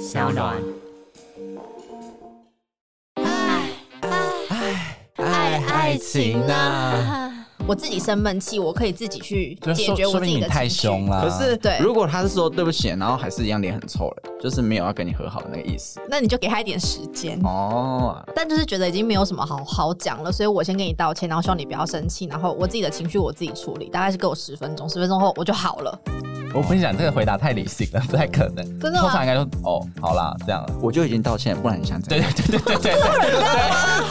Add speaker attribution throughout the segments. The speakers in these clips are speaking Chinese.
Speaker 1: 小暖。
Speaker 2: 爱爱情啊呐、
Speaker 3: 我自己生闷气，我可以自己去
Speaker 2: 就
Speaker 3: 啊解
Speaker 2: 说
Speaker 3: 决
Speaker 2: 说
Speaker 3: 我自
Speaker 2: 明
Speaker 3: 己
Speaker 2: 你
Speaker 3: 的
Speaker 2: 太
Speaker 3: 情绪。
Speaker 2: 凶了。
Speaker 4: 可是，
Speaker 3: 对
Speaker 4: 如果他是说对不起，然后还是一样脸很臭了，就是没有要跟你和好的那个意思。
Speaker 3: 那你就给他一点时间。
Speaker 4: 哦，
Speaker 3: 但就是觉得已经没有什么好好讲了，所以我先跟你道歉，然后希望你不要生气，然后我自己的情绪我自己处理，大概是给我十分钟，十分钟后我就好了。
Speaker 2: 我跟你讲，这个回答太理性了，不 太可能。
Speaker 3: 真的吗
Speaker 2: 通常应该说，哦，好啦，这样。
Speaker 4: 我就已经道歉，不然你 想怎
Speaker 2: 对
Speaker 4: 样？
Speaker 2: 对对对对对对对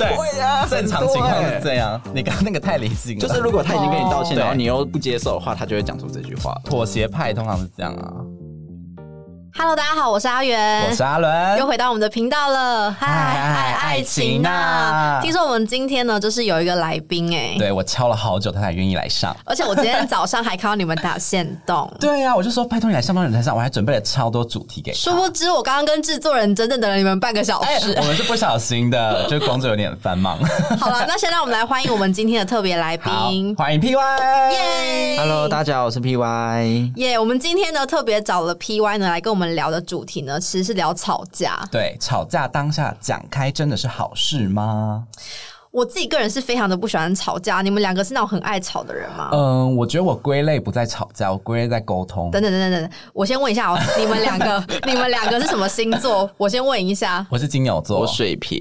Speaker 4: 对啊欸
Speaker 2: 对，正常情况是这样。你刚刚那个太理性了，
Speaker 4: 就是如果他已经跟你道歉，
Speaker 2: 哦
Speaker 4: 然后你又不接受的话，他就会讲出这句话。
Speaker 2: 妥协派通常是这样啊。
Speaker 3: Hello，大家好，我是阿元，
Speaker 2: 我是阿伦
Speaker 3: 又，回到我们的频道了，嗨
Speaker 2: 嗨
Speaker 3: 爱
Speaker 2: 爱
Speaker 3: 爱
Speaker 2: 情
Speaker 3: 情
Speaker 2: 呐
Speaker 3: 呐、听说我们今天呢，就是有一个来宾哎、
Speaker 2: 对我敲了好久，他才愿意来上。。
Speaker 3: 而且我今天早上还看到你们打线动
Speaker 2: 对啊，我就说拜托你来上班人台上，我还准备了超多主题给他。
Speaker 3: 殊不知，我刚刚跟制作人整整等了你们半个小
Speaker 2: 哎
Speaker 3: 时。，
Speaker 2: 我们是不小心 的，就工作有点繁忙。
Speaker 3: 好了，那现在我们来欢迎我们今天的特别来
Speaker 2: 好
Speaker 3: 宾，，
Speaker 2: 欢迎 PY。
Speaker 3: 耶
Speaker 4: Hello，大家好，我是 PY。
Speaker 3: 耶我们今天呢特别找了 PY 呢来跟我们聊的主题呢，其实是聊吵架。
Speaker 2: 对，吵架当下讲开真的是好事吗？
Speaker 3: 我自己个人是非常的不喜欢吵架，你们两个是那种很爱吵的人吗？
Speaker 2: 嗯，我觉得我归类不在吵架，我归类在沟通。
Speaker 3: 等等等等等等，我先问一下哦，你们两个， 你们两个是什么星座？我先问一下。
Speaker 2: 我是金牛座，啊
Speaker 4: 我水瓶，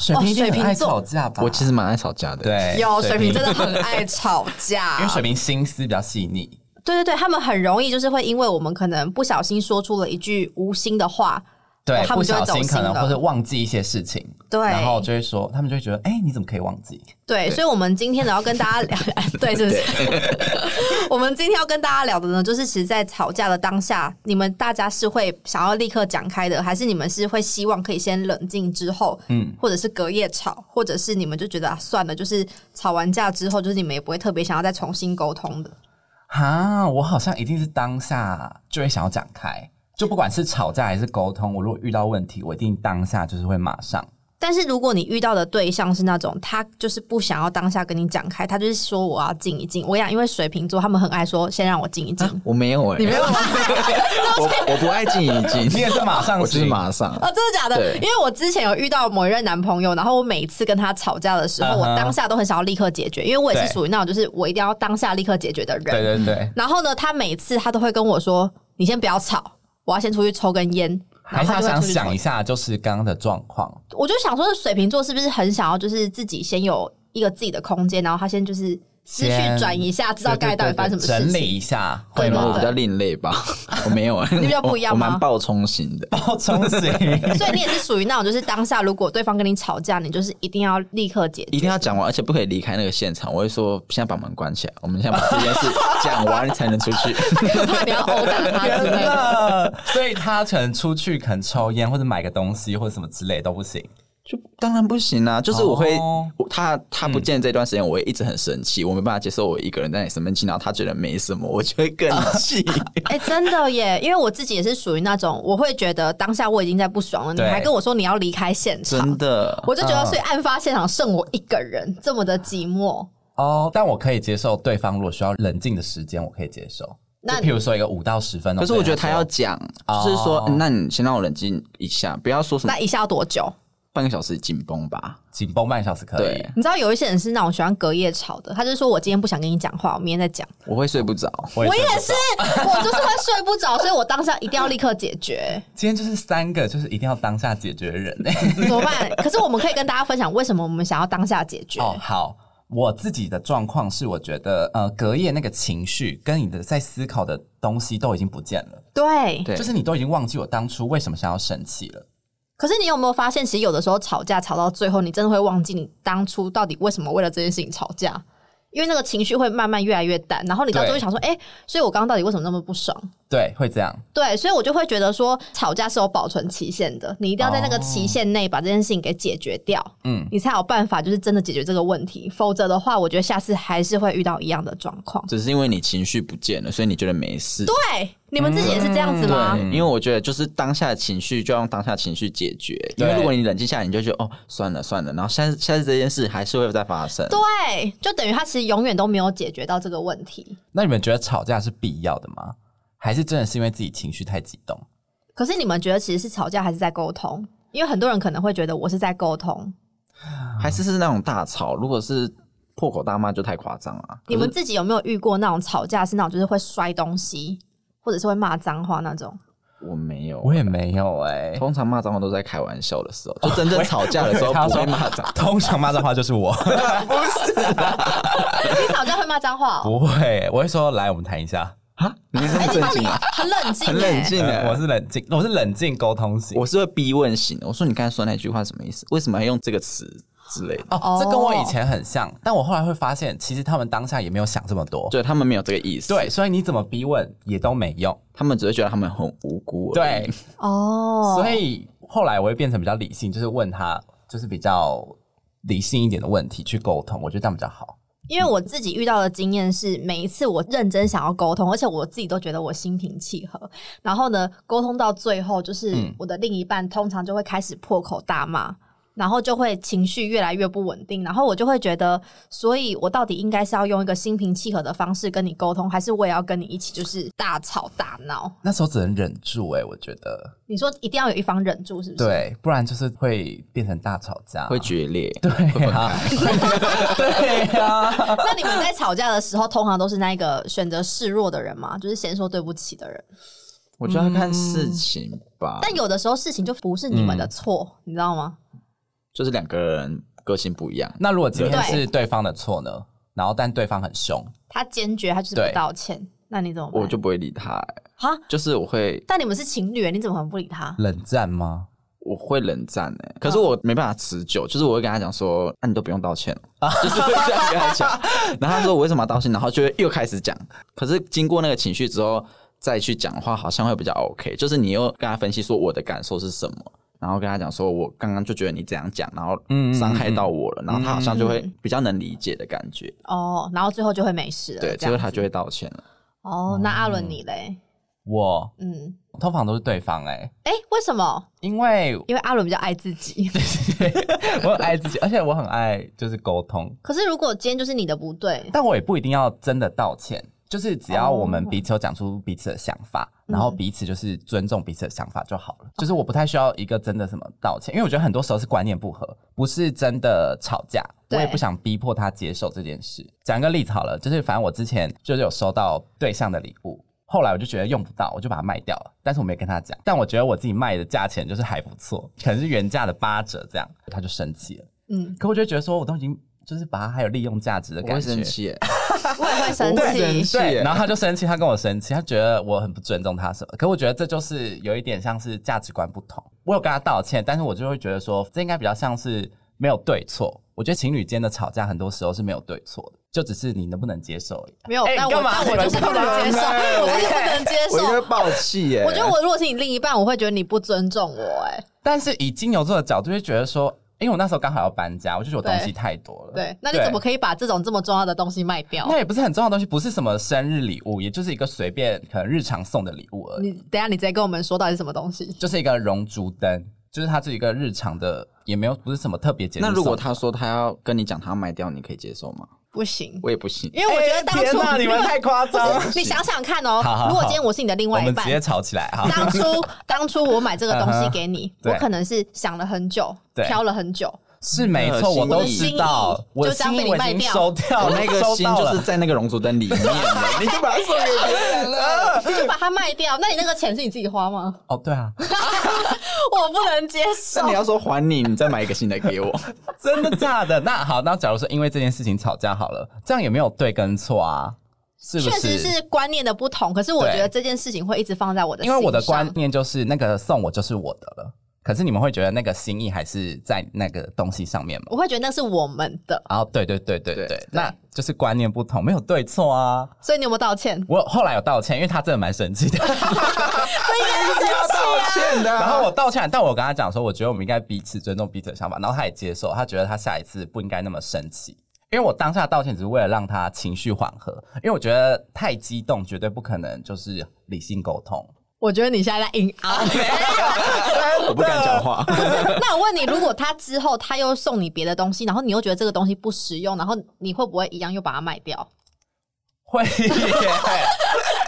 Speaker 2: 水瓶一定
Speaker 3: 哦水
Speaker 2: 很
Speaker 3: 瓶
Speaker 2: 爱
Speaker 3: 座
Speaker 2: 吵架吧？
Speaker 4: 我其实蛮爱吵架的。，
Speaker 2: 哎对
Speaker 3: 有水瓶真 的很爱吵架，
Speaker 2: 因为水瓶心思比较细腻，
Speaker 3: 对对对，他们很容易就是会因为我们可能不小心说出了一句无心的话，
Speaker 2: 对，
Speaker 3: 哦他
Speaker 2: 不
Speaker 3: 们就会
Speaker 2: 小
Speaker 3: 走
Speaker 2: 心可
Speaker 3: 心
Speaker 2: 能
Speaker 3: 了
Speaker 2: 或者忘记一些事情，
Speaker 3: 对
Speaker 2: 然后就会说，他们就会觉得，哎、你怎么可以忘记？
Speaker 3: 对，所以，我们今天呢要跟大家 聊，对，是不是？ 我们今天要跟大家聊的呢，就是其实，在吵架的当下，你们大家是会想要立刻讲开的，还是你们是会希望可以先冷静之后，嗯，或者是隔夜吵，或者是你们就觉得、啊、算了，就是吵完架之后，就是你们也不会特别想要再重新沟通的。
Speaker 2: 啊，我好像一定是当下就会想要讲开，就不管是吵架还是沟通，我如果遇到问题，我一定当下就是会马上。
Speaker 3: 但是如果你遇到的对象是那种他就是不想要当下跟你讲开，他就是说我要静一静。我跟你讲，因为水瓶座他们很爱说先让我静一 静。
Speaker 4: 我没有哎、
Speaker 2: 没有吗？
Speaker 4: 我我不爱静一静，
Speaker 2: 你也是马 上
Speaker 4: 我就是
Speaker 2: 静
Speaker 4: 马上。
Speaker 3: 哦，真的假的？
Speaker 4: 对
Speaker 3: 因为我之前有遇到某一任男朋友，然后我每次跟他吵架的时候
Speaker 2: 嗯哼
Speaker 3: 我当下都很想要立刻解决，因为我也
Speaker 2: 对
Speaker 3: 是属于那种就是我一定要当下立刻解决的人。
Speaker 2: 对对 对，
Speaker 3: 然后呢，他每次他都会跟我说：“你先不要吵，我要先出去抽根烟。”然
Speaker 2: 还是
Speaker 3: 后他
Speaker 2: 要
Speaker 3: 就会
Speaker 2: 想
Speaker 3: 出去抽
Speaker 2: 想一下，就是刚刚的状况。
Speaker 3: 我就想说，水瓶座是不是很想要就是自己先有一个自己的空间，然后他先就是思绪
Speaker 2: 先
Speaker 3: 转移一下，知道该到底发生什
Speaker 2: 对
Speaker 3: 么
Speaker 2: 对对
Speaker 3: 事
Speaker 2: 整理
Speaker 3: 情。
Speaker 2: 一下，会
Speaker 3: 对
Speaker 4: 可能我
Speaker 2: 吗
Speaker 4: 比？较另类吧， 我没有哎、
Speaker 3: 你比较不一样
Speaker 4: 我我
Speaker 3: 吗
Speaker 4: 蛮暴冲型 的。
Speaker 2: 包冲洗，
Speaker 3: 所以你也是属于那种，就是当下如果对方跟你吵架，你就是一定要立刻解
Speaker 4: 一
Speaker 3: 决。
Speaker 4: 定要讲完，而且不可以离开那个现场。我会说，现在把门关起来，我们先把这件事讲完，你才能出去。
Speaker 3: 怕你要殴打他之类
Speaker 2: 真
Speaker 3: 的。
Speaker 2: 的。所以他可能出去，可能抽烟或者买个东西或者什么之类都不行。
Speaker 4: 就当然不行啊，就是我会，
Speaker 2: 哦
Speaker 4: 我他他不见这段时间，我会一直很生气，我没办法接受我一个人在那里生闷气，然后他觉得没什么，我就会更气。
Speaker 3: 哎、真的耶！因为我自己也是属于那种，我会觉得当下我已经在不爽了，你
Speaker 2: 对嗯
Speaker 3: 还跟我说你要离开现场
Speaker 4: 真，的，
Speaker 3: 我就觉得，所以案发现场剩我一个人，这么的寂寞。
Speaker 2: 哦，但我可以接受对方如果需要冷静的时间，我可以接受。
Speaker 3: 那
Speaker 2: 就譬如说一个五到十分钟，
Speaker 4: 可是我觉得他要讲，
Speaker 2: 哦
Speaker 4: 就是说，嗯那你先让我冷静一下，不要说什么
Speaker 3: 那一下要多久？
Speaker 4: 半个小时紧绷吧。
Speaker 2: 紧绷半小时可以
Speaker 4: 对。，
Speaker 3: 你知道有一些人是那种喜欢隔夜吵的，他就说我今天不想跟你讲话，我明天再讲。
Speaker 4: 我会睡不着。
Speaker 2: 我
Speaker 3: 我
Speaker 2: 也
Speaker 3: 也
Speaker 2: 是
Speaker 3: 是，我就是会睡不着，所以我当下一定要立刻解 决，
Speaker 2: 今天就是三个，就是一定要当下解决的 人、
Speaker 3: 怎么办？可是我们可以跟大家分享为什么我们想要当下解决。
Speaker 2: 哦，好，我自己的状况是，我觉得呃，隔夜那个情绪跟你的在思考的东西都已经不见了，
Speaker 3: 对，
Speaker 4: 对，
Speaker 2: 就是你都已经忘记我当初为什么想要生气了。
Speaker 3: 可是你有没有发现，其实有的时候吵架吵到最后，你真的会忘记你当初到底为什么为了这件事情吵架，因为那个情绪会慢慢越来越淡，然后你到最后
Speaker 2: 对
Speaker 3: 想说，哎、所以我刚刚到底为什么那么不爽？
Speaker 2: 对，会这样。
Speaker 3: 对，所以我就会觉得说，吵架是有保存期限的，你一定要在那个期限内把这件事情给解决掉，
Speaker 2: 嗯
Speaker 3: 嗯，你才有办法就是真的解决这个问题，否则的话，我觉得下次还是会遇到一样的状况。
Speaker 4: 只是因为你情绪不见了，所以你觉得没事。
Speaker 3: 对，啊你们自己也是这样子吗？
Speaker 4: 对，因为我觉得就是当下的情绪就用当下情绪解决，因为
Speaker 2: 对
Speaker 4: 如果你冷静下来，你就觉得哦算了算了，然后下次下次这件事还是会再发生。
Speaker 3: 对，就等于他其实永远都没有解决到这个问题。
Speaker 2: 那你们觉得吵架是必要的吗？还是真的是因为自己情绪太激动？
Speaker 3: 可是你们觉得其实是吵架还是在沟通？因为很多人可能会觉得我是在沟通，
Speaker 4: 还
Speaker 2: 嗯
Speaker 4: 是是那种大吵，如果是破口大骂就太夸张了。啊
Speaker 3: 你们
Speaker 4: 可是
Speaker 3: 自己有没有遇过那种吵架是那种就是会摔东西，或者是会骂脏话那 种？
Speaker 4: 我没有，
Speaker 2: 我也没有哎、
Speaker 4: 通常骂脏话都在开玩笑的时候，就真
Speaker 2: 哦
Speaker 4: 正吵架的时候
Speaker 2: 他
Speaker 4: 不
Speaker 2: 说
Speaker 4: 会骂脏。
Speaker 2: 通常骂脏话就是我，
Speaker 3: 你吵架会骂脏话、哦？
Speaker 2: 不会，我会说来，我们谈一下。
Speaker 4: 啊，你们这么
Speaker 3: 哎，你
Speaker 4: 正
Speaker 3: 看你
Speaker 4: 经啊？
Speaker 3: 很冷静、欸，
Speaker 4: 很冷静
Speaker 2: 呃我
Speaker 4: 的。
Speaker 2: 是冷静，我是冷静沟通型。
Speaker 4: 我是会逼问型的，我说你刚才说那句话什么意思？为什么要用这个词之类的？
Speaker 2: 哦，这跟我以
Speaker 3: 哦
Speaker 2: 前很像，但我后来会发现，其实他们当下也没有想这么多。
Speaker 4: 对他们没有这个意思，
Speaker 2: 对，，所以你怎么逼问也都没用。
Speaker 4: 他们只会觉得他们很无辜。
Speaker 2: 对，，
Speaker 3: 哦，
Speaker 2: 所以后来我会变成比较理性，就是问他，就是比较理性一点的问题去沟通，我觉得这样比较好。
Speaker 3: 因为我
Speaker 2: 嗯
Speaker 3: 自己遇到的经验是，每一次我认真想要沟通，而且我自己都觉得我心平气和。然后呢，沟通到最后，就是
Speaker 2: 嗯
Speaker 3: 我的另一半通常就会开始破口大骂，然后就会情绪越来越不稳定。然后我就会觉得，所以我到底应该是要用一个心平气和的方式跟你沟通，还是我也要跟你一起就是大吵大闹？
Speaker 2: 那时候只能忍住哎、我觉得
Speaker 3: 你说一定要有一方忍住，是不是？
Speaker 2: 对，不然就是会变成大吵架，
Speaker 4: 会决裂。
Speaker 2: 对啊，对啊，
Speaker 3: 那你们在吵架的时候，通常都是那个选择示弱的人吗？就是先说对不起的人？
Speaker 4: 我觉得要看事
Speaker 2: 嗯
Speaker 4: 情吧，
Speaker 3: 但有的时候事情就不是你们
Speaker 4: 嗯
Speaker 3: 的错，你知道吗？
Speaker 4: 就是两个人个性不一样。
Speaker 2: 那如果今天
Speaker 3: 对
Speaker 2: 是对方的错呢？然后但对方很凶，
Speaker 3: 他坚决，他就是
Speaker 2: 对
Speaker 3: 不道歉，那你怎么办？
Speaker 4: 我就不会理他、
Speaker 3: 哈，
Speaker 4: 就是我会
Speaker 3: 但你们是情侣，你怎么可能不理他？
Speaker 4: 嗯
Speaker 2: 冷战吗？
Speaker 4: 我会冷战哎、可是我没办法持久，就是我会跟他讲说，啊那、你都不用道歉 了，就是会这样跟他讲。然后他说我为什么要道歉，然后就会又开始讲。可是经过那个情绪之后再去讲话，好像会比较 OK。就是你又跟他分析说我的感受是什么，然后跟他讲说我刚刚就觉得你这样讲，然后
Speaker 2: 嗯嗯
Speaker 4: 伤害到我了，然后他好像就会
Speaker 3: 嗯
Speaker 4: 比较能理解的感觉。
Speaker 3: 哦，然后最后就会没事了，
Speaker 4: 对，
Speaker 3: 这
Speaker 4: 最
Speaker 3: 样
Speaker 4: 后
Speaker 3: 子
Speaker 4: 他就会道歉了。
Speaker 3: 哦。那阿伦你嘞？
Speaker 2: 我
Speaker 3: 嗯，
Speaker 2: 通常都是对方哎、
Speaker 3: 哎、为什么？
Speaker 2: 因为
Speaker 3: 因为阿伦比较爱 自己。
Speaker 2: 我很爱自己，而且我很爱就是沟通，
Speaker 3: 可是如果今天就是你的不对，
Speaker 2: 但我也不一定要真的道歉，就是只要
Speaker 3: 哦嗯
Speaker 2: 我们彼此有讲出彼此的想法，然后彼此就是尊重彼此的想法就好了。就是我不太需要一个真的什么道歉，因为我觉得很多时候是观念不合，不是真的吵架。我
Speaker 3: 对
Speaker 2: 也不想逼迫他接受这件事。讲一个例子好了，就是反正我之前就是有收到对象的礼物。后来我就觉得用不到，我就把它卖掉了。但是我没跟他讲，但我觉得我自己卖的价钱就是还不错，可能是原价的八折这样，他就生气了。
Speaker 3: 嗯，
Speaker 2: 可我就觉得说，我都已经就是把它还有利用价值的
Speaker 4: 我
Speaker 2: 感
Speaker 4: 会
Speaker 2: 觉，
Speaker 4: 生气、欸，
Speaker 3: 我也会生
Speaker 4: 我会生
Speaker 3: 气。
Speaker 4: 气
Speaker 2: 对，
Speaker 4: 耶
Speaker 2: 然后他就生气，他跟我生气，他觉得我很不尊重他什么。可我觉得这就是有一点像是价值观不同。我有跟他道歉，但是我就会觉得说，哎这应该比较像是没有对错。我觉得情侣间的吵架很多时候是没有对错的，就只是你能不能接受而已。
Speaker 3: 没有，
Speaker 2: 哎
Speaker 3: 但
Speaker 2: 你
Speaker 3: 我
Speaker 2: 干嘛
Speaker 3: 但我就是不能接受，
Speaker 4: 你干嘛
Speaker 3: 我就是不能接
Speaker 4: 我一定会
Speaker 3: 受。
Speaker 4: 爆气耶、
Speaker 3: 我觉得我如果是你另一半，我会觉得你不尊重我、哎，
Speaker 2: 但是以金牛座的角度，就会觉得说，因为我那时候刚好要搬家，我就觉得我东西
Speaker 3: 对
Speaker 2: 太多了。
Speaker 3: 对，那你怎么可以把这种这么重要的东西卖掉？
Speaker 2: 那也不是很重要的东西，不是什么生日礼物，也就是一个随便可能日常送的礼物而已。
Speaker 3: 你等一下，你直接跟我们说到底是什么东西？
Speaker 2: 就是一个熔烛灯，就是它是一个日常的，也没有不是什么特别节日送
Speaker 4: 那
Speaker 2: 的。
Speaker 4: 如 果他说他要跟你讲他要卖掉，你可以接受吗？
Speaker 3: 不行，
Speaker 4: 我也不行。
Speaker 3: 因为我觉得当初、
Speaker 2: 哎天哪你们太夸张了
Speaker 3: 不是你想想看哦、
Speaker 2: 好好好
Speaker 3: 如果今天我是你的另
Speaker 2: 我
Speaker 3: 外一
Speaker 2: 们
Speaker 3: 半
Speaker 2: 直，接吵起来哈。
Speaker 3: 当初 当初我买这个东西给你，
Speaker 2: 嗯哼对
Speaker 3: 我可能是想了很久，
Speaker 2: 对
Speaker 3: 挑了很 久，
Speaker 2: 是没错，我都知道，
Speaker 3: 我
Speaker 2: 我
Speaker 3: 的
Speaker 2: 心
Speaker 3: 心意
Speaker 2: 意我已经收掉
Speaker 4: 我
Speaker 2: 了，
Speaker 4: 那个
Speaker 2: 收
Speaker 4: 心
Speaker 2: 到
Speaker 4: 就
Speaker 2: 了
Speaker 4: 是在那个熔烛灯里面 的，你就把它送给别人
Speaker 2: 呃
Speaker 4: 了。
Speaker 3: 你就把它卖掉。那你那个钱是你自己花吗？
Speaker 2: 哦，对 啊，
Speaker 3: 我不能接
Speaker 4: 那
Speaker 3: 受。
Speaker 4: 你要说还你，你再买一个新的给我。
Speaker 2: 真的假的？那好，那假如说因为这件事情吵架好了，这样也没有对跟错啊，是不
Speaker 3: 确实是观念的不同，可是我觉
Speaker 2: 对
Speaker 3: 得这件事情会一直放在我的心
Speaker 2: 因为
Speaker 3: 上，
Speaker 2: 我的观念就是那个送我就是我的了，可是你们会觉得那个心意还是在那个东西上面吗？
Speaker 3: 我会觉得那是我们的，
Speaker 2: 哦，对对对对
Speaker 4: 对
Speaker 2: 对
Speaker 4: 对，
Speaker 2: 那就是观念不同，没有对错啊。
Speaker 3: 所以你有没有道歉？
Speaker 2: 我后来有道歉，因为他真的蛮生气的。
Speaker 4: 一定要 道歉的啊。
Speaker 2: 然后我道歉，但我跟他讲说，我觉得我们应该彼此尊重彼此的想法，然后他也接受，他觉得他下一次不应该那么生气。因为我当下道歉只是为了让他情绪缓和，因为我觉得太激动绝对不可能就是理性沟通。
Speaker 3: 我觉得你现在在硬凹。
Speaker 4: 我不敢讲话。
Speaker 3: 那我问你，如果他之后他又送你别的东西，然后你又觉得这个东西 不实用，然后你会不会一样又把它卖掉？
Speaker 2: 会耶，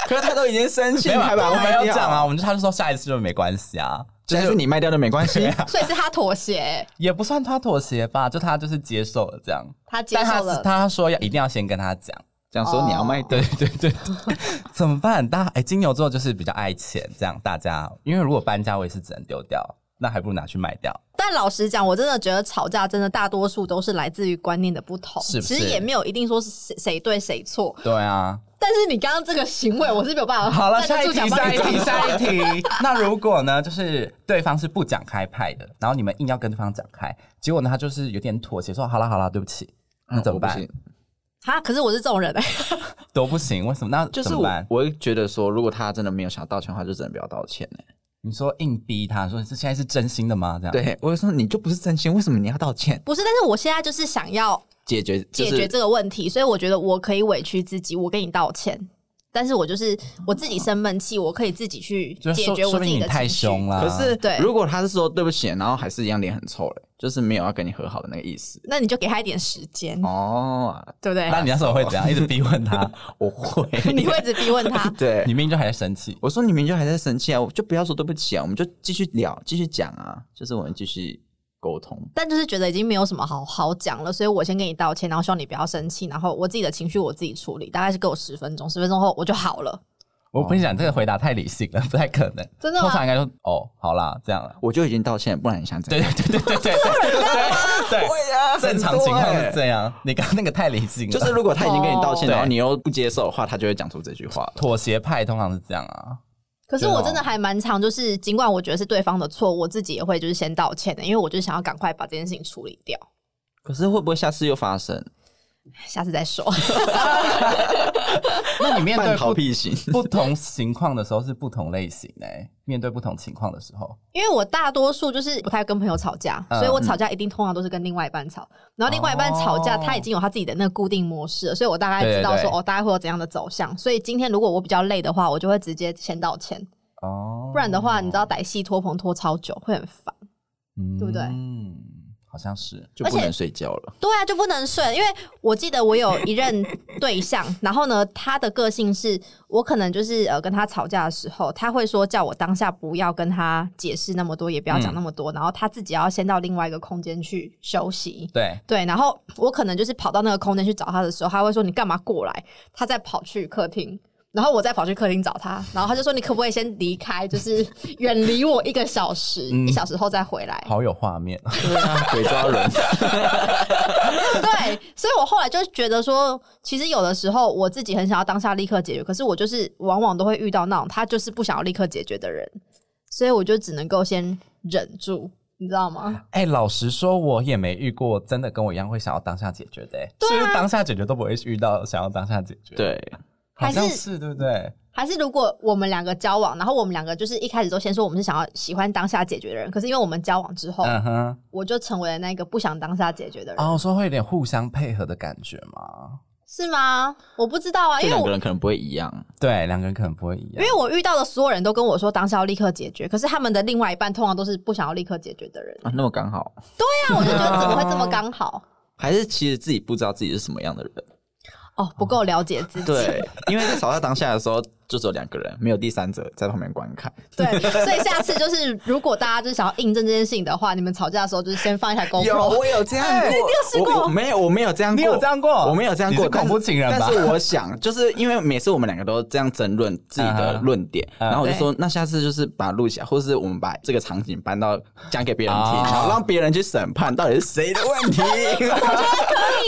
Speaker 4: 可是他都已经生气，
Speaker 2: 没
Speaker 4: 你
Speaker 2: 有
Speaker 4: 还把
Speaker 2: 啊啊，我
Speaker 4: 它
Speaker 2: 没
Speaker 4: 卖
Speaker 2: 有
Speaker 4: 掉
Speaker 2: 讲啊，，我们就他就说下一次就没关系啊，
Speaker 4: 但是啊你卖掉就没关系。
Speaker 3: 所以是他妥协，
Speaker 2: 也不算他妥协吧，就他就是接受了这样，
Speaker 3: 他接
Speaker 2: 但他
Speaker 3: 受了。
Speaker 2: 他说要一定要先跟他讲，
Speaker 4: 讲说你要卖
Speaker 2: 对
Speaker 4: 哦对，
Speaker 2: 对对， 怎么办？大哎、金牛座就是比较爱钱，这样大家，因为如果搬家我也是只能丢掉，那还不如拿去卖掉。
Speaker 3: 但老实讲，我真的觉得吵架真的大多数都是来自于观念的不同，
Speaker 2: 是不是
Speaker 3: 其实也没有一定说是谁谁对谁错。
Speaker 2: 对 啊，
Speaker 3: 但是你刚刚这个行为，我是没有办法
Speaker 2: 好了，
Speaker 3: 站
Speaker 2: 下一
Speaker 3: 得住脚
Speaker 2: 题，下
Speaker 3: 帮你
Speaker 2: 一
Speaker 3: 哦讲
Speaker 2: 题，
Speaker 3: 话
Speaker 2: 下一题。那如果呢，就是对方是不讲开派的，然后你们硬要跟对方讲开，结果呢，他就是有点妥协，说好了好了，对不起，那怎么办？
Speaker 4: 我不行
Speaker 3: 哈，可是我是这种人、欸，
Speaker 2: 都不行，为什么？那
Speaker 4: 就是
Speaker 2: 怎么
Speaker 4: 我
Speaker 2: 办，？
Speaker 4: 我会觉得说，如果他真的没有想道歉的话，就只能不要道歉欸
Speaker 2: 你说硬逼他说这现在是真心的吗？这样，
Speaker 4: 对，我就说你就不是真心，为什么你要道歉？
Speaker 3: 不是。但是我现在就是想要
Speaker 4: 解决
Speaker 3: 解决这个问题，所以我觉得我可以委屈自己，我跟你道歉。但是我就是我自己生闷气，我可以自己去
Speaker 2: 就
Speaker 3: 解
Speaker 2: 说
Speaker 3: 决我
Speaker 2: 说
Speaker 3: 自
Speaker 2: 明
Speaker 3: 己
Speaker 2: 你
Speaker 3: 的
Speaker 2: 太
Speaker 3: 情绪。
Speaker 2: 凶了。
Speaker 4: 可是，
Speaker 3: 对
Speaker 4: 啊如果他是说对不起，然后还是一样脸很臭嘞，就是没有要跟你和好的那个意思。
Speaker 3: 那你就给他一点时间，
Speaker 4: 哦，
Speaker 3: 对不对？
Speaker 2: 那你那时候会怎样？一直逼问他，
Speaker 4: 我 会，，
Speaker 3: 你会一直逼问 他
Speaker 4: 对
Speaker 2: 你，明明就还在生气。
Speaker 4: 我说你明就还在生气啊，我就不要说对不起啊，我们就继续聊，继续讲啊，就是我们继续沟通。
Speaker 3: 但就是觉得已经没有什么好好讲了，所以我先跟你道歉，然后希望你不要生气，然后我自己的情绪我自己处理，大概是给我十分钟，十分钟后我就好了。
Speaker 2: 我
Speaker 4: 哦
Speaker 2: 跟你讲，这个回答太理性了，不太可能。
Speaker 3: 真的啊吗
Speaker 2: 通常应该说哦，好啦，这样了。
Speaker 4: 我就已经道歉，不然你想怎
Speaker 2: 对
Speaker 4: 样？
Speaker 2: 对对对对对对对，
Speaker 4: 对啊
Speaker 2: 正常情况是
Speaker 4: 样。
Speaker 2: 这样。你刚刚那个太理性了，
Speaker 4: 欸就是如果他已经跟你道歉，
Speaker 2: 哦
Speaker 4: 然后你又不接受的话，他就会讲出这句话了。
Speaker 2: 妥协派通常是这样啊。
Speaker 3: 可是
Speaker 2: 对哦
Speaker 3: 我真的还蛮常，就是尽管我觉得是对方的错，我自己也会就是先道歉的，因为我就想要赶快把这件事情处理掉，
Speaker 4: 可是会不会下次又发生？
Speaker 3: 下次再说。
Speaker 2: 那你面对
Speaker 4: 半逃
Speaker 2: 不
Speaker 4: 避型，
Speaker 2: 不同情况的时候是不同类型哎、面对不同情况的时候，
Speaker 3: 因为我大多数就是不太跟朋友吵架，
Speaker 2: 嗯
Speaker 3: 所以我吵架一定通常都是跟另外一半吵。然后另外一半吵架，
Speaker 2: 哦
Speaker 3: 他已经有他自己的那个固定模式了，所以我大概知道
Speaker 2: 对
Speaker 3: 说
Speaker 2: 对对
Speaker 3: 哦，大概会有怎样的走向。所以今天如果我比较累的话，我就会直接先道歉，
Speaker 2: 哦，
Speaker 3: 不然的话，你知道歹戏拖棚拖超久会很烦。
Speaker 2: 嗯
Speaker 3: 对不对
Speaker 2: 嗯，好像是。
Speaker 4: 就不能睡觉了。
Speaker 3: 对啊，就不能睡，因为我记得我有一任对象，然后呢，他的个性是我可能就是呃跟他吵架的时候，他会说叫我当下不要跟他解释那么多，也不要讲
Speaker 2: 嗯
Speaker 3: 那么多，然后他自己要先到另外一个空间去休息。
Speaker 2: 对，
Speaker 3: 对，然后我可能就是跑到那个空间去找他的时候，他会说你干嘛过来？他再跑去客厅，然后我再跑去客厅找他，然后他就说你可不可以先离开，就是远离我一个小时，
Speaker 2: 嗯
Speaker 3: 一小时后再回来。
Speaker 2: 好有画面，
Speaker 4: 对啊，鬼抓 人。
Speaker 3: 对，所以我后来就觉得说，其实有的时候我自己很想要当下立刻解决，可是我就是往往都会遇到那种他就是不想要立刻解决的人，所以我就只能够先忍住，你知道吗？
Speaker 2: 哎、老实说，我也没遇过真的跟我一样会想要当下解决的、欸，
Speaker 3: 对啊
Speaker 2: 是不是当下解决都不会遇到想要当下解决？，
Speaker 4: 对，
Speaker 2: 好像
Speaker 3: 还是
Speaker 2: 是对不对？
Speaker 3: 还是如果我们两个交往，然后我们两个就是一开始都先说我们是想要喜欢当下解决的人，可是因为我们交往之后，
Speaker 2: 嗯哼，
Speaker 3: 我就成为了那个不想当下解决的人，
Speaker 2: 然后说会有点互相配合的感觉嘛？
Speaker 3: 是吗？我不知道啊，
Speaker 4: 这
Speaker 3: 因为
Speaker 4: 两
Speaker 3: 我
Speaker 4: 个人可能不会一样。
Speaker 2: 对，两个人可能不会一
Speaker 3: 因
Speaker 2: 样
Speaker 3: 为。我遇到的所有人都跟我说当下要立刻解决，可是他们的另外一半通常都是不想要立刻解决的人。
Speaker 4: 啊，那么刚好，
Speaker 3: 那我就觉得怎么会这么刚好？
Speaker 4: 还是其实自己不知道自己是什么样的人。
Speaker 3: 哦，不够了解自 己。
Speaker 4: 对，因为在吵架当下的时候，就只有两个人，没有第三者在旁边观看。
Speaker 3: 对所以下次就是如果大家就是想要印证这件事情的话，你们吵架的时候就是先放一台 GoPro。
Speaker 4: 我有这样
Speaker 2: 哦哎
Speaker 4: 过，
Speaker 2: 你
Speaker 4: 有
Speaker 3: 试过
Speaker 4: 我没有，我没有这样过，
Speaker 2: 你有这样过
Speaker 4: 我没有这样过。
Speaker 2: 你是恐怖
Speaker 4: 但
Speaker 2: 情人吧
Speaker 4: 但是我想，就是因为每次我们两个都这样争论自己的
Speaker 2: 嗯
Speaker 4: 论点，
Speaker 2: 嗯
Speaker 4: 然后我就说，那下次就是把它录起来，或是我们把这个场景搬到讲给别人听，
Speaker 2: 哦
Speaker 4: 然后让别人去审判到底是谁的问 题。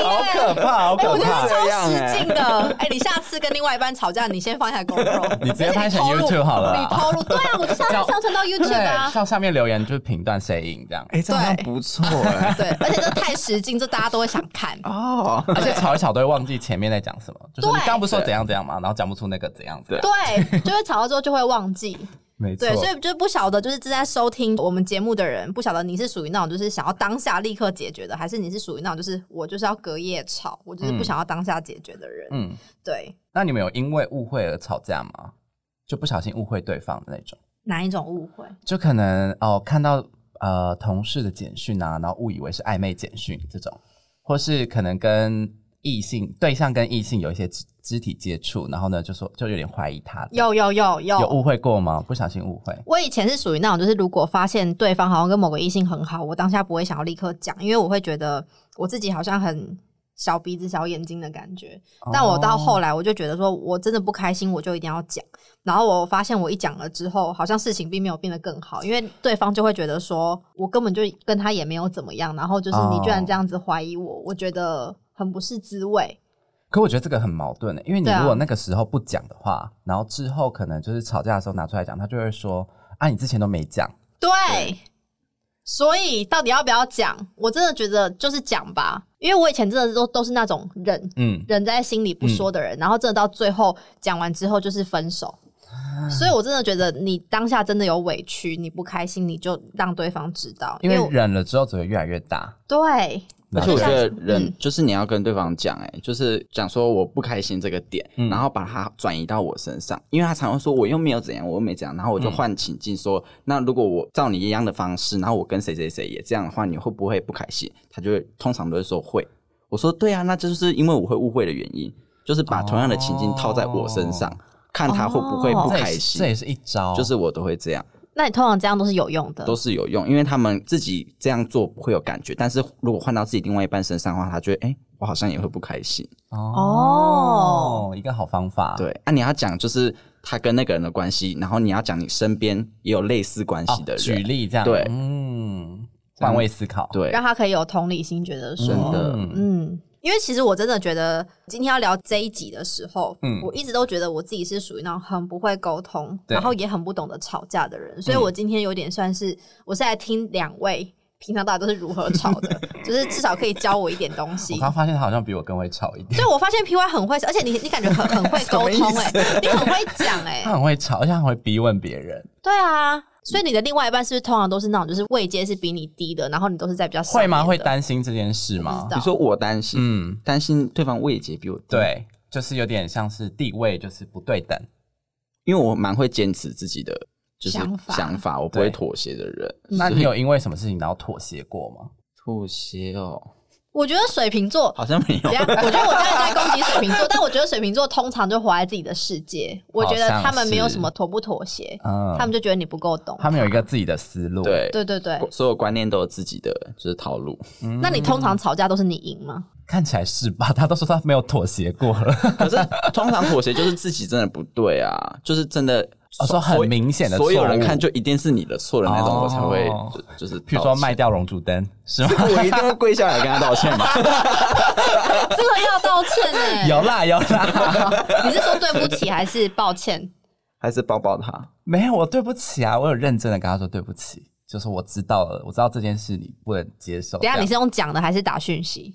Speaker 2: 好可怕，好
Speaker 3: 哎、我
Speaker 2: 可
Speaker 3: 觉得
Speaker 2: 怕！
Speaker 3: 超
Speaker 4: 这样
Speaker 3: 实
Speaker 4: 哎
Speaker 3: 劲 的。哎、你下次跟另外一半吵架，你先放一台 GoPro，
Speaker 2: 你直接拍成
Speaker 3: 而且你投入
Speaker 2: YouTube 好了啦
Speaker 3: 你投入对啊，我就是要上传到 YouTube 啊
Speaker 2: 对，。到下面留言就是评断谁赢这样。
Speaker 4: 哎，这好像不错 哎。
Speaker 3: 对，而且这太实劲，这大家都会想看。
Speaker 4: 哦，
Speaker 2: 而且吵一吵都会忘记前面在讲什么，就是你
Speaker 3: 对
Speaker 2: 刚不是说怎样怎样嘛，然后讲不出那个怎样怎样，
Speaker 3: 对，就会吵到之后就会忘记。
Speaker 2: 没错
Speaker 3: 对，，所以就不晓得，就是正在收听我们节目的人，不晓得你是属于那种就是想要当下立刻解决的，还是你是属于那种就是我就是要隔夜吵，我就是不想要当下解决的人。
Speaker 2: 嗯，
Speaker 3: 对，
Speaker 2: 那你们有因为误会而吵架吗？就不小心误会对方的那种，
Speaker 3: 哪一种误会？
Speaker 2: 就可能哦看到呃同事的简讯啊，然后误以为是暧昧简讯这种，或是可能跟。异性对象跟异性有一些肢肢体接触，然后呢，就说就有点怀疑他的，
Speaker 3: 有有有有
Speaker 2: 有误会过吗？不小心误会，
Speaker 3: 我以前是属于那种，就是如果发现对方好像跟某个异性很好，我当下不会想要立刻讲，因为我会觉得我自己好像很小鼻子小眼睛的感觉。但我到后
Speaker 2: 来，
Speaker 3: 来，我就觉得说我真的不开心，我就一定要讲。然后我发现我一讲了之后，好像事情并没有变得更好，因为对方就会觉得说我根本就跟他也没有怎么样，然后就是你居然这样子怀疑我，我觉得很不是滋味。
Speaker 2: 可我觉得这个很矛盾的，因为你
Speaker 3: 对啊
Speaker 2: 如果那个时候不讲的话，然后之后可能就是吵架的时候拿出来讲，他就会说啊，你之前都没讲，
Speaker 3: 对，所以到底要不要讲？我真的觉得就是讲吧，因为我以前真的都都是那种忍
Speaker 2: 嗯，
Speaker 3: 忍在心里不说的人，然后真的到最后讲完之后就是分手。所以，我真的觉得你当下真的有委屈，你不开心，你就让对方知道，
Speaker 2: 因为
Speaker 3: 我
Speaker 2: 忍了之后只会越来越大，
Speaker 3: 对
Speaker 4: 而且我
Speaker 2: 然
Speaker 4: 觉
Speaker 2: 后
Speaker 4: 得人就是你要跟对方讲，哎，就是讲说我不开心这个点，
Speaker 2: 嗯
Speaker 4: 然后把它转移到我身上，因为他常会说我又没有怎样，我又没怎样，然后我
Speaker 2: 嗯
Speaker 4: 就换情境说，那如果我照你一样的方式，然后我跟谁谁谁也这样的话，你会不会不开心？他就会通常都会说会。我说对啊，那就是因为我会误会的原因，就是把同样的情境套在我身上，看他会不会不
Speaker 2: 哦这也
Speaker 4: 开
Speaker 2: 是这
Speaker 4: 心，
Speaker 2: 也是一招，
Speaker 4: 就是我都会这样。
Speaker 3: 那你通常这样都是有用的，
Speaker 4: 都是有用，因为他们自己这样做不会有感觉，但是如果换到自己另外一半身上的话，他觉得哎、诶我好像也会不开心。
Speaker 2: 哦，一个好方法，
Speaker 4: 对，啊，你要讲就是他跟那个人的关系，然后你要讲你身边也有类似关系的人，
Speaker 2: 哦举例这样，
Speaker 4: 对
Speaker 2: 嗯，换位思考，
Speaker 4: 对，
Speaker 3: 让他可以有同理心，觉得说，
Speaker 4: 真的
Speaker 2: 嗯
Speaker 3: 嗯，因为其实我真的觉得今天要聊这一集的时候，
Speaker 2: 嗯
Speaker 3: 我一直都觉得我自己是属于那种很不会沟通，
Speaker 2: 对嗯
Speaker 3: 然后也很不懂得吵架的人，所以我今天有点算是我是来听两位平常到底都是如何吵 的，就是至少可以教我一点东西
Speaker 2: 我。刚发现他好像比我更会吵一点，
Speaker 3: 对，我发现 P Y 很会，而且你你感觉很很会沟通哎、你很会讲 哎、
Speaker 2: 他很会吵，而且他很会逼问别人，
Speaker 3: 对啊，所以你的另外一半是不是通常都是那种就是位阶是比你低的，然后你都是在比较上
Speaker 2: 会吗？
Speaker 3: 面
Speaker 2: 会
Speaker 3: 的
Speaker 2: 担心这件事
Speaker 3: 不
Speaker 2: 吗
Speaker 3: 知？道
Speaker 4: 你说我担心，
Speaker 2: 嗯，
Speaker 4: 担心对方位阶比我低，，
Speaker 2: 对，就是有点像是地位就是不对等，
Speaker 4: 因为我蛮会坚持自己的就是
Speaker 3: 想法
Speaker 4: 想法，我不会
Speaker 2: 对
Speaker 4: 妥协的人。
Speaker 2: 那你有因为什么事情然后妥协过吗？
Speaker 4: 妥协哦，
Speaker 3: 我觉得水瓶座
Speaker 4: 好像没有
Speaker 3: 怎。样？我觉得我真的在攻击水瓶座，但我觉得水瓶座通常就活在自己的世界，我觉得他们没有什么妥不妥协，
Speaker 2: 嗯，
Speaker 3: 他们就觉得你不够懂。
Speaker 2: 他们有一个自己的思路，，
Speaker 4: 对，
Speaker 3: 对对对，
Speaker 4: 所有观念都有自己的就是套路。
Speaker 3: 那你通常
Speaker 2: 嗯
Speaker 3: 吵架都是你赢吗？
Speaker 2: 看起来是吧？ 他都说他没有妥协过 了，
Speaker 4: 可是通常妥协就是自己真的不对 啊，就是真的
Speaker 2: 哦说很明显的
Speaker 4: 所有
Speaker 2: 错误
Speaker 4: 人看就一定是你的错的那种，
Speaker 2: 哦
Speaker 4: 我才会就就是
Speaker 2: 比如说
Speaker 4: 道歉
Speaker 2: 卖，掉龙珠灯是吗？
Speaker 4: 我一定会跪下来跟他道歉嘛。
Speaker 3: 这个要道歉哎、
Speaker 2: 有啦有啦，
Speaker 3: 你是说对不起还是抱歉？
Speaker 4: 还是抱抱他？
Speaker 2: 没有我对不起啊，我有认真的跟他说对不起，就是我知道了，我知道这件事你不能接受。
Speaker 3: 等一下
Speaker 2: 这样
Speaker 3: 你是用讲的还是打讯息？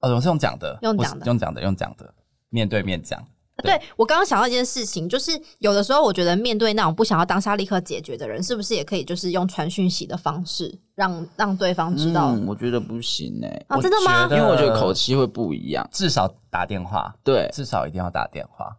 Speaker 2: 哦，我是用讲的，
Speaker 3: 用
Speaker 2: 我是
Speaker 3: 讲的
Speaker 2: 用讲的，用讲的，面对面讲。
Speaker 3: 对我刚刚想到一件事情，就是有的时候我觉得面对那种不想要当下立刻解决的人，是不是也可以就是用传讯息的方式让让对方知道？
Speaker 4: 嗯，我觉得不行哎、
Speaker 3: 啊，真的
Speaker 2: 我
Speaker 3: 吗
Speaker 2: 觉？
Speaker 4: 因
Speaker 2: 得
Speaker 4: 为我觉得口气会不一样。
Speaker 2: 至少打电话，
Speaker 4: 对，
Speaker 2: 至少一定要打电话，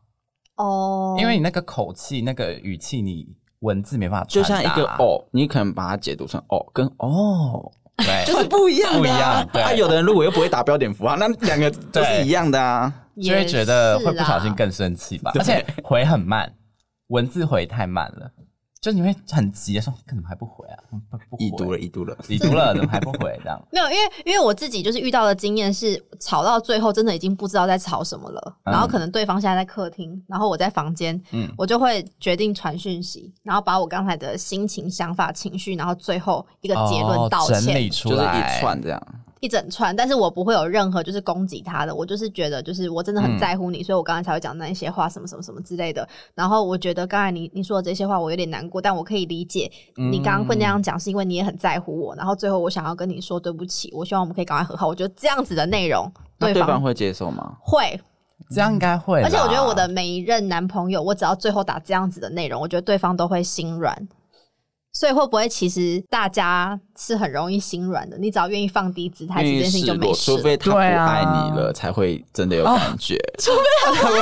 Speaker 3: 哦，
Speaker 2: 因为你那个口气、那个语气，你文字没办法
Speaker 4: 就
Speaker 2: 传达
Speaker 4: 像一个，哦，你可能把它解读成哦跟哦，
Speaker 2: 对，
Speaker 4: 就是不一样
Speaker 2: 不一
Speaker 4: 的啊、
Speaker 2: 样对
Speaker 4: 啊，有的人如果又不会打标点符号，那两个都是
Speaker 2: 对
Speaker 4: 一样的啊。
Speaker 2: 就会觉得会不
Speaker 3: 也是啦
Speaker 2: 小心更生气吧。而且回很慢，文字回太慢了，就你会很急，说怎么还不回啊？ 嗯不不回
Speaker 4: 已读了，，已读了。
Speaker 2: 已读了，怎么还不回？这样，
Speaker 3: 没有，因为因为我自己就是遇到的经验是，吵到最后真的已经不知道在吵什么了，
Speaker 2: 嗯
Speaker 3: 然后可能对方现在在客厅，然后我在房间，
Speaker 2: 嗯，
Speaker 3: 我就会决定传讯息，然后把我刚才的心情、想法、情绪，然后最后一个结论道
Speaker 2: 哦整
Speaker 3: 歉、
Speaker 2: 理
Speaker 4: 就
Speaker 2: 出
Speaker 4: 是
Speaker 2: 来，
Speaker 4: 一串这样，
Speaker 3: 一整串，但是我不会有任何就是攻击他的，我就是觉得就是我真的很在乎你，所以我刚才才会讲那一些话，什么什么什么之类的。然后我觉得刚才你你说的这些话，我有点难过，但我可以理解你刚刚会那样讲，是因为你也很在乎我。然后最后我想要跟你说对不起，我希望我们可以赶快和好。我觉得这样子的内容，
Speaker 4: 那对
Speaker 3: 方
Speaker 4: 方会接受吗？
Speaker 3: 会，
Speaker 2: 这样应该会啦。
Speaker 3: 而且我觉得我的每一任男朋友，我只要最后打这样子的内容，我觉得对方都会心软。所以会不会其实大家是很容易心软的？你只要愿意放低姿态，这
Speaker 4: 因为
Speaker 3: 件事情就没事
Speaker 4: 除
Speaker 3: 了。哦
Speaker 4: 非他不
Speaker 2: 对啊
Speaker 4: 爱你了，才会真的有感觉。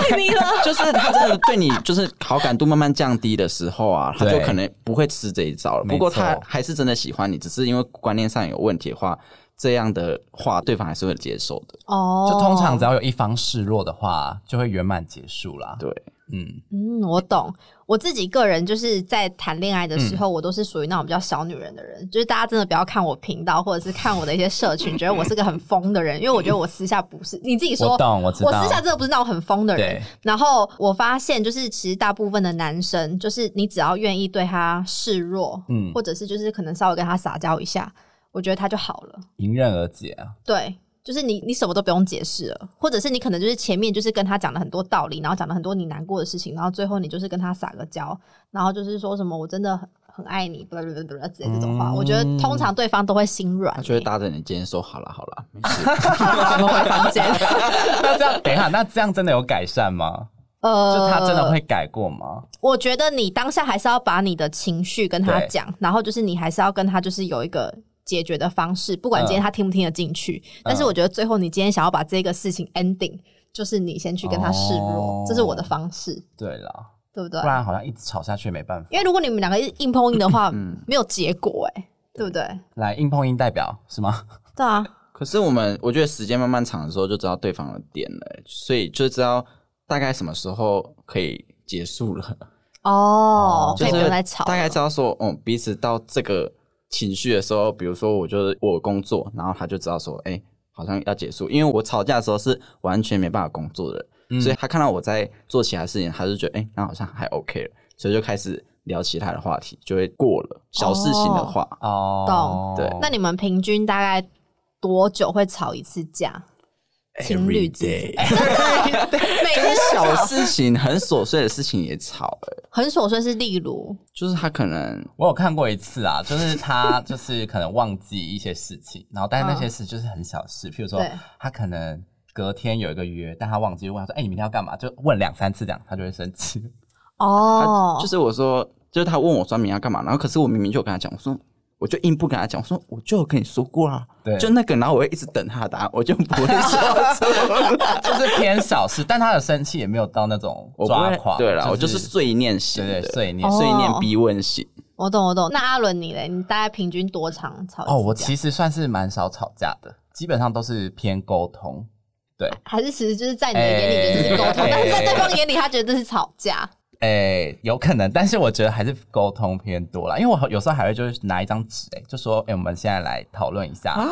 Speaker 3: 太低了。
Speaker 4: 就是他真的对你就是好感度慢慢降低的时候啊，他就
Speaker 2: 对
Speaker 4: 可能不会吃这一招了。
Speaker 2: 没错
Speaker 4: 不过他还是真的喜欢你，只是因为观念上有问题的话，这样的话，对方还是会接受的。
Speaker 3: 哦，
Speaker 2: 就通常只要有一方示弱的话，就会圆满结束啦。
Speaker 4: 对，
Speaker 2: 嗯，
Speaker 3: 嗯，我懂。我自己个人就是在谈恋爱的
Speaker 2: 嗯
Speaker 3: 时候，我都是属于那种比较小女人的人，就是大家真的不要看我频道或者是看我的一些社群，觉得我是个很疯的人，因为我觉得我私下不是。你自己说，
Speaker 2: 我懂，我知道。
Speaker 3: 我私下真的不是那种很疯的人
Speaker 2: 对。
Speaker 3: 然后我发现，就是其实大部分的男生，就是你只要愿意对他示弱，
Speaker 2: 嗯
Speaker 3: 或者是就是可能稍微跟他撒娇一下，我觉得他就好了。
Speaker 2: 迎刃而解啊。
Speaker 3: 对，就是你你什么都不用解释了，或者是你可能就是前面就是跟他讲了很多道理，然后讲了很多你难过的事情，然后最后你就是跟他撒个娇，然后就是说什么我真的很很爱你，不不不不之类这种话，我觉得通常对方都会心软、
Speaker 4: 嗯他就会搭着你肩说：“好了，好了，没事。
Speaker 3: 我们回房间。
Speaker 2: 那这样，等一下，那这样真的有改善吗？
Speaker 3: 呃，
Speaker 2: 就他真的会改过吗？
Speaker 3: 我觉得你当下还是要把你的情绪跟他
Speaker 2: 对
Speaker 3: 讲，然后就是你还是要跟他就是有一个解决的方式，不管今天他听不听得进去。
Speaker 4: 嗯
Speaker 3: 但是我觉得最后你今天想要把这个事情 ending，就是你先去跟他示弱，
Speaker 2: 哦
Speaker 3: 这是我的方式，
Speaker 2: 对啦，
Speaker 3: 对不对
Speaker 2: 不？然好像一直吵下去也没办法。
Speaker 3: 因为如果你们两个硬碰硬的话，
Speaker 4: 嗯
Speaker 3: 没有结果哎、对不对？
Speaker 2: 来，硬碰硬代表是吗？
Speaker 3: 对啊，”
Speaker 4: 可是我们，我觉得时间慢慢长的时候，就知道对方的点了，所以就知道大概什么时候可以结束了。
Speaker 3: 哦，
Speaker 4: 就
Speaker 3: 可以
Speaker 4: 是
Speaker 3: 不用再吵了，
Speaker 4: 大概知道说，嗯，彼此到这个情绪的时候，比如说我就是我工作，然后他就知道说，哎、好像要结束，因为我吵架的时候是完全没办法工作的，所以他看到我在做其他事情，他就觉得，哎、那好像还 OK 了，所以就开始聊其他的话题，就会过了小事情的话，
Speaker 2: 哦，
Speaker 4: 懂
Speaker 3: 那你们平均大概多久会吵一次架？情侣之间哎
Speaker 4: Every
Speaker 3: 啊每天都
Speaker 4: 小
Speaker 3: 吵，
Speaker 4: 事情很琐碎的事情也吵、哎，
Speaker 3: 很琐碎，是例如
Speaker 4: 就是他可能
Speaker 2: 我有看过一次啊，就是 他就是可能忘记一些事情，然后但是那些事就是很小事，譬如说
Speaker 3: 嗯对
Speaker 2: 他可能隔天有一个约，但他忘记问他说：“哎、你明天要干嘛？”就问两三次这样，他就会生气。
Speaker 3: 哦
Speaker 4: 他，就是我说，就是他问我说明要干嘛，然后可是我明明就有跟他讲，我说我就硬不跟他讲，我说我就有跟你说过啊，
Speaker 2: 对
Speaker 4: 就那个，然后我会一直等他的答案，我就不会说出
Speaker 2: 就是偏小事，但他的生气也没有到那种
Speaker 4: 我不
Speaker 2: 抓
Speaker 4: 会，
Speaker 2: 狂。
Speaker 4: 对了，我就
Speaker 2: 就是
Speaker 4: 碎念型
Speaker 2: 对
Speaker 4: 的，
Speaker 2: 对碎念
Speaker 3: 哦。
Speaker 4: 碎念逼问型，
Speaker 3: 我懂，我懂。那阿伦你嘞？你大概平均多长吵一次架？
Speaker 2: 哦，我其实算是蛮少吵架的，基本上都是偏沟通。对，
Speaker 3: 还是其实就是在你的眼里就是沟通，
Speaker 2: 哎
Speaker 3: 但是在对方眼里他觉得这是吵架。
Speaker 2: 诶、哎有可能，但是我觉得还是沟通偏多啦，因为我有时候还会就是拿一张纸，诶，就说，诶、哎我们现在来讨论一下。
Speaker 3: 压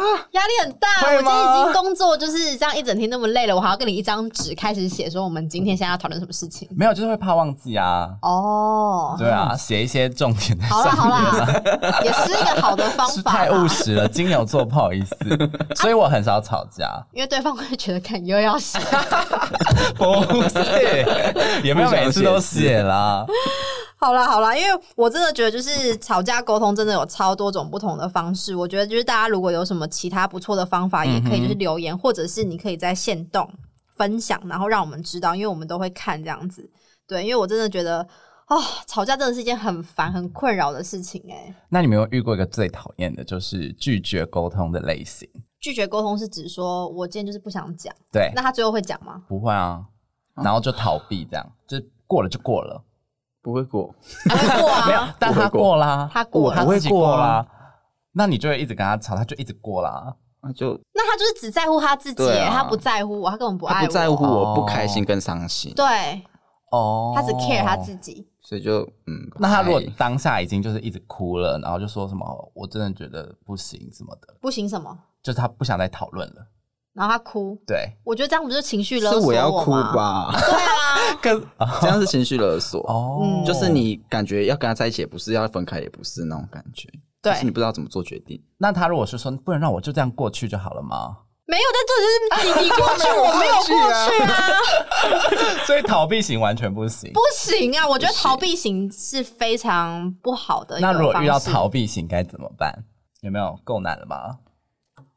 Speaker 3: 力很大，我
Speaker 2: 会
Speaker 3: 今天已
Speaker 2: 吗
Speaker 3: 经工作就是这样一整天那么累了，我还要跟你一张纸开始写说我们今天现在要讨论什么事情。
Speaker 2: 没有，就是会怕忘记啊。
Speaker 3: 哦，
Speaker 2: 对啊，写一些重点在
Speaker 3: 好啦好
Speaker 2: 上面。啊
Speaker 3: 啦，也是一个好的方
Speaker 2: 是
Speaker 3: 法
Speaker 2: 太务
Speaker 3: 啦，
Speaker 2: 实了，金牛座不好意 思，所以我很少吵架。
Speaker 3: 因为对方会觉得看又要写。
Speaker 2: 不是， 也没有每次都写啦。
Speaker 3: 好啦好啦，因为我真的觉得就是吵架沟通真的有超多种不同的方式。我觉得就是大家如果有什么其他不错的方
Speaker 4: 嗯
Speaker 3: 法，也可以就是留言，或者是你可以在线动分享，然后让我们知道，因为我们都会看这样子。对，因为我真的觉得。哦，吵架真的是一件很烦、很困扰的事情哎、
Speaker 2: 那你们有没有遇过一个最讨厌的，就是拒绝沟通的类型？
Speaker 3: 拒绝沟通是指说我今天就是不想讲，
Speaker 2: 对，
Speaker 3: 那他最后会讲 吗？
Speaker 2: 不会啊，然后就逃避，这样就是过了就过了，
Speaker 4: 不会过，
Speaker 3: 还会过
Speaker 2: 没有
Speaker 3: 啊，，
Speaker 2: 但他过啦，
Speaker 3: 他过啊了
Speaker 2: 他自己过
Speaker 4: 我不会
Speaker 2: 啦。那你就会一直跟他吵，他就一直过啦。
Speaker 4: 那就
Speaker 3: 那他就是只在乎他自己、
Speaker 4: 对
Speaker 3: 欸，
Speaker 4: 啊
Speaker 3: 他不在乎我，他根本不爱
Speaker 4: 他
Speaker 3: 我，
Speaker 4: 不在乎
Speaker 2: 我
Speaker 4: 我不开心跟伤心，
Speaker 3: 对
Speaker 2: 哦，
Speaker 3: 他只 care 他自己。
Speaker 4: 所以就嗯，
Speaker 2: 那他如果
Speaker 4: 哎
Speaker 2: 当下已经就是一直哭了，然后就说什么我真的觉得不行什么的，
Speaker 3: 不行什么，
Speaker 2: 就是他不想再讨论了。
Speaker 3: 然后他哭，
Speaker 2: 对，
Speaker 3: 我觉得这样不就情绪勒
Speaker 4: 是
Speaker 3: 索
Speaker 4: 我要
Speaker 3: 吗
Speaker 4: 哭？吧，
Speaker 3: 对啊，
Speaker 2: 跟
Speaker 4: 这样是情绪勒索，
Speaker 2: 哦，
Speaker 4: 就是你感觉要跟他在一起也不是，要分开也不是那种感觉，就是你
Speaker 3: 对，
Speaker 4: 不知道怎么做决定。
Speaker 2: 那他如果是说不能让我就这样过去就好了吗？
Speaker 3: 没有，但 这就是你你过去，我没有过去 啊，
Speaker 2: 所以逃避型完全不行。
Speaker 3: 不行啊！我觉得逃避型是非常不好的一个
Speaker 2: 那
Speaker 3: 方式。
Speaker 2: 如果遇到逃避型该怎么办？有没有够难了吧？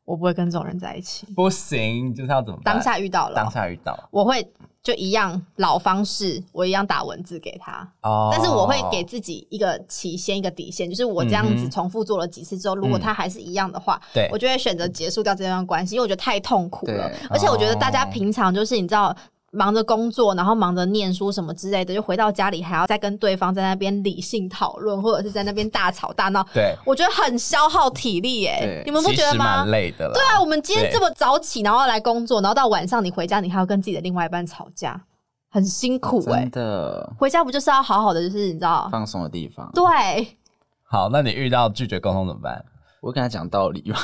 Speaker 3: 我不会跟这种人在一起。
Speaker 2: 不行，就是要怎么办？
Speaker 3: 当下遇到了
Speaker 2: 当，下遇到
Speaker 3: 我会就一样老方式，我一样打文字给他，
Speaker 2: 哦
Speaker 3: 但是我会给自己一个期限，一个底线，就是我这样
Speaker 2: 嗯
Speaker 3: 子
Speaker 2: 哼嗯
Speaker 3: 重复做了几次之后，如果他还是一样的话，
Speaker 2: 哦对
Speaker 3: 我就会选择结束掉这段关系，因为我觉得太痛苦了
Speaker 4: 对。哦
Speaker 3: 而且我觉得大家平常就是你知道。忙着工作，然后忙着念书什么之类的，就回到家里还要再跟对方在那边理性讨论，或者是在那边大吵大闹，
Speaker 2: 对，
Speaker 3: 我觉得很消耗体力耶、
Speaker 4: 对
Speaker 3: 你们不觉得
Speaker 2: 其实
Speaker 3: 吗
Speaker 2: 蛮？累的啦。
Speaker 3: 对啊，我们今天
Speaker 2: 对
Speaker 3: 这么早起，然后来工作，然后到晚上你回家，你还要跟自己的另外一半吵架，很辛苦哎、
Speaker 4: 真的
Speaker 3: 回家不就是要好好的，就是你知道，
Speaker 4: 放松的地方。
Speaker 3: 对，
Speaker 2: 好，那你遇到拒绝沟通怎么办？
Speaker 4: 我跟他讲道理嘛，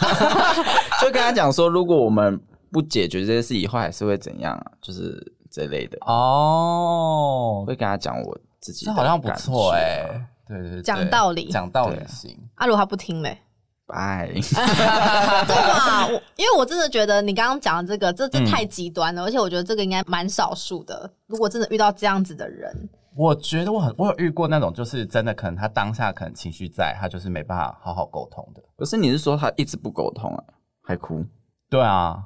Speaker 4: 就跟他讲说，如果我们不解决这些事，以后还是会怎样啊？就是这类的，
Speaker 2: 哦
Speaker 4: 我，会跟他讲我自己
Speaker 2: 这
Speaker 4: 的
Speaker 2: 好像不
Speaker 4: 感
Speaker 2: 错
Speaker 4: 觉啊。
Speaker 2: 哎、对对对，
Speaker 3: 讲道理
Speaker 2: 讲道理
Speaker 4: 对啊
Speaker 2: 行。
Speaker 3: 阿鲁他不听嘞，
Speaker 4: 拜，
Speaker 3: 对吧？ 我因为我真的觉得你刚刚讲的这个，这这
Speaker 2: 嗯
Speaker 3: 太极端了，而且我觉得这个应该蛮少数的。如果真的遇到这样子的人，
Speaker 2: 我觉得我很，我有遇过那种，就是真的可能他当下可能情绪在，他就是没办法好好沟通的。
Speaker 4: 可是你是说他一直不沟通啊，还哭？
Speaker 2: 对啊，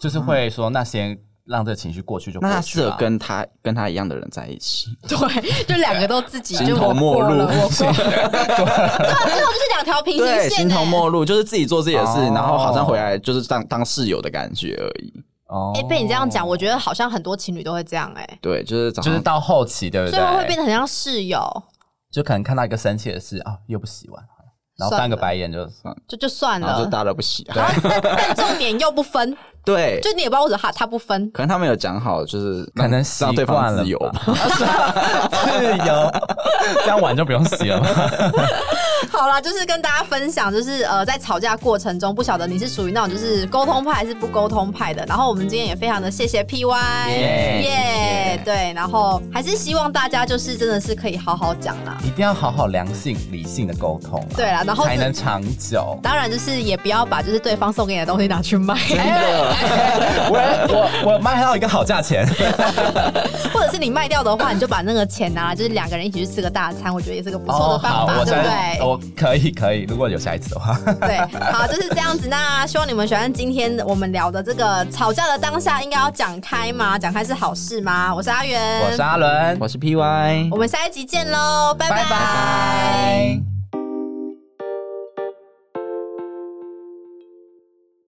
Speaker 2: 就是会说那先让这个情绪过去就过
Speaker 4: 嗯那
Speaker 2: 去、啊。
Speaker 4: 他适合跟他跟他一样的人在一起，
Speaker 3: 对，就两个都自己
Speaker 4: 形
Speaker 3: 就
Speaker 4: 同
Speaker 3: 我
Speaker 4: 陌
Speaker 3: 过
Speaker 4: 路
Speaker 3: 了，我过了，对啊，最后就是两条平行
Speaker 4: 对，
Speaker 3: 线
Speaker 4: 形同
Speaker 3: 哎。
Speaker 4: 陌路，就是自己做自己的事，
Speaker 2: 哦
Speaker 4: 然后好像回来就是当当室友的感觉而已。
Speaker 2: 哦
Speaker 3: 哎，被你这样讲，我觉得好像很多情侣都会这样哎，
Speaker 4: 对，就是早
Speaker 2: 就
Speaker 4: 上
Speaker 2: 是到后期对不
Speaker 3: 最后会变
Speaker 2: 对？
Speaker 3: 得很像室友，
Speaker 2: 就可能看到一个生气的事啊，又不洗碗，然后
Speaker 3: 算
Speaker 2: 翻个
Speaker 3: 了
Speaker 2: 白眼就
Speaker 3: 就就算
Speaker 4: 然后
Speaker 3: 了
Speaker 4: 就。大到不行、啊。
Speaker 3: 然后但但重点又不分，
Speaker 4: 对，
Speaker 3: 就你也不知道为什么他他不分，
Speaker 4: 可能他们有讲好，就是
Speaker 2: 可能习
Speaker 4: 让让对
Speaker 2: 惯
Speaker 4: 方
Speaker 2: 了
Speaker 4: 自由
Speaker 2: 吧
Speaker 4: 吧。
Speaker 2: 自由，这样碗就不用洗 了吗？
Speaker 3: 好啦，就是跟大家分享，就是呃，在吵架过程中，不晓得你是属于那种就是沟通派还是不沟通派的。然后我们今天也非常的谢谢 PY，
Speaker 2: 耶
Speaker 4: 谢谢
Speaker 3: 对，然后还是希望大家就是真的是可以好好讲啦，
Speaker 2: 一定要好好良性、理性的沟通、啊，
Speaker 3: 对啦，然后
Speaker 2: 才能长久。
Speaker 3: 当然就是也不要把就是对方送给你的东西拿去卖，
Speaker 2: 我我我卖到一个好价钱，
Speaker 3: 或者是你卖掉的话，你就把那个钱拿来，就是两个人一起去吃个大餐，我觉得也是个不错的方
Speaker 2: 哦好，
Speaker 3: 法，
Speaker 2: 我
Speaker 3: 对不
Speaker 2: 再
Speaker 3: 对？嗯
Speaker 2: 我可以可以，如果有下一次的话，
Speaker 3: 对，好，就是这样子。那希望你们喜欢今天我们聊的这个吵架的当下，应该要讲开吗？讲开是好事吗？我是阿元，
Speaker 2: 我是阿伦，
Speaker 4: 我是 PY，
Speaker 3: 我们下一集见喽，拜
Speaker 2: 拜拜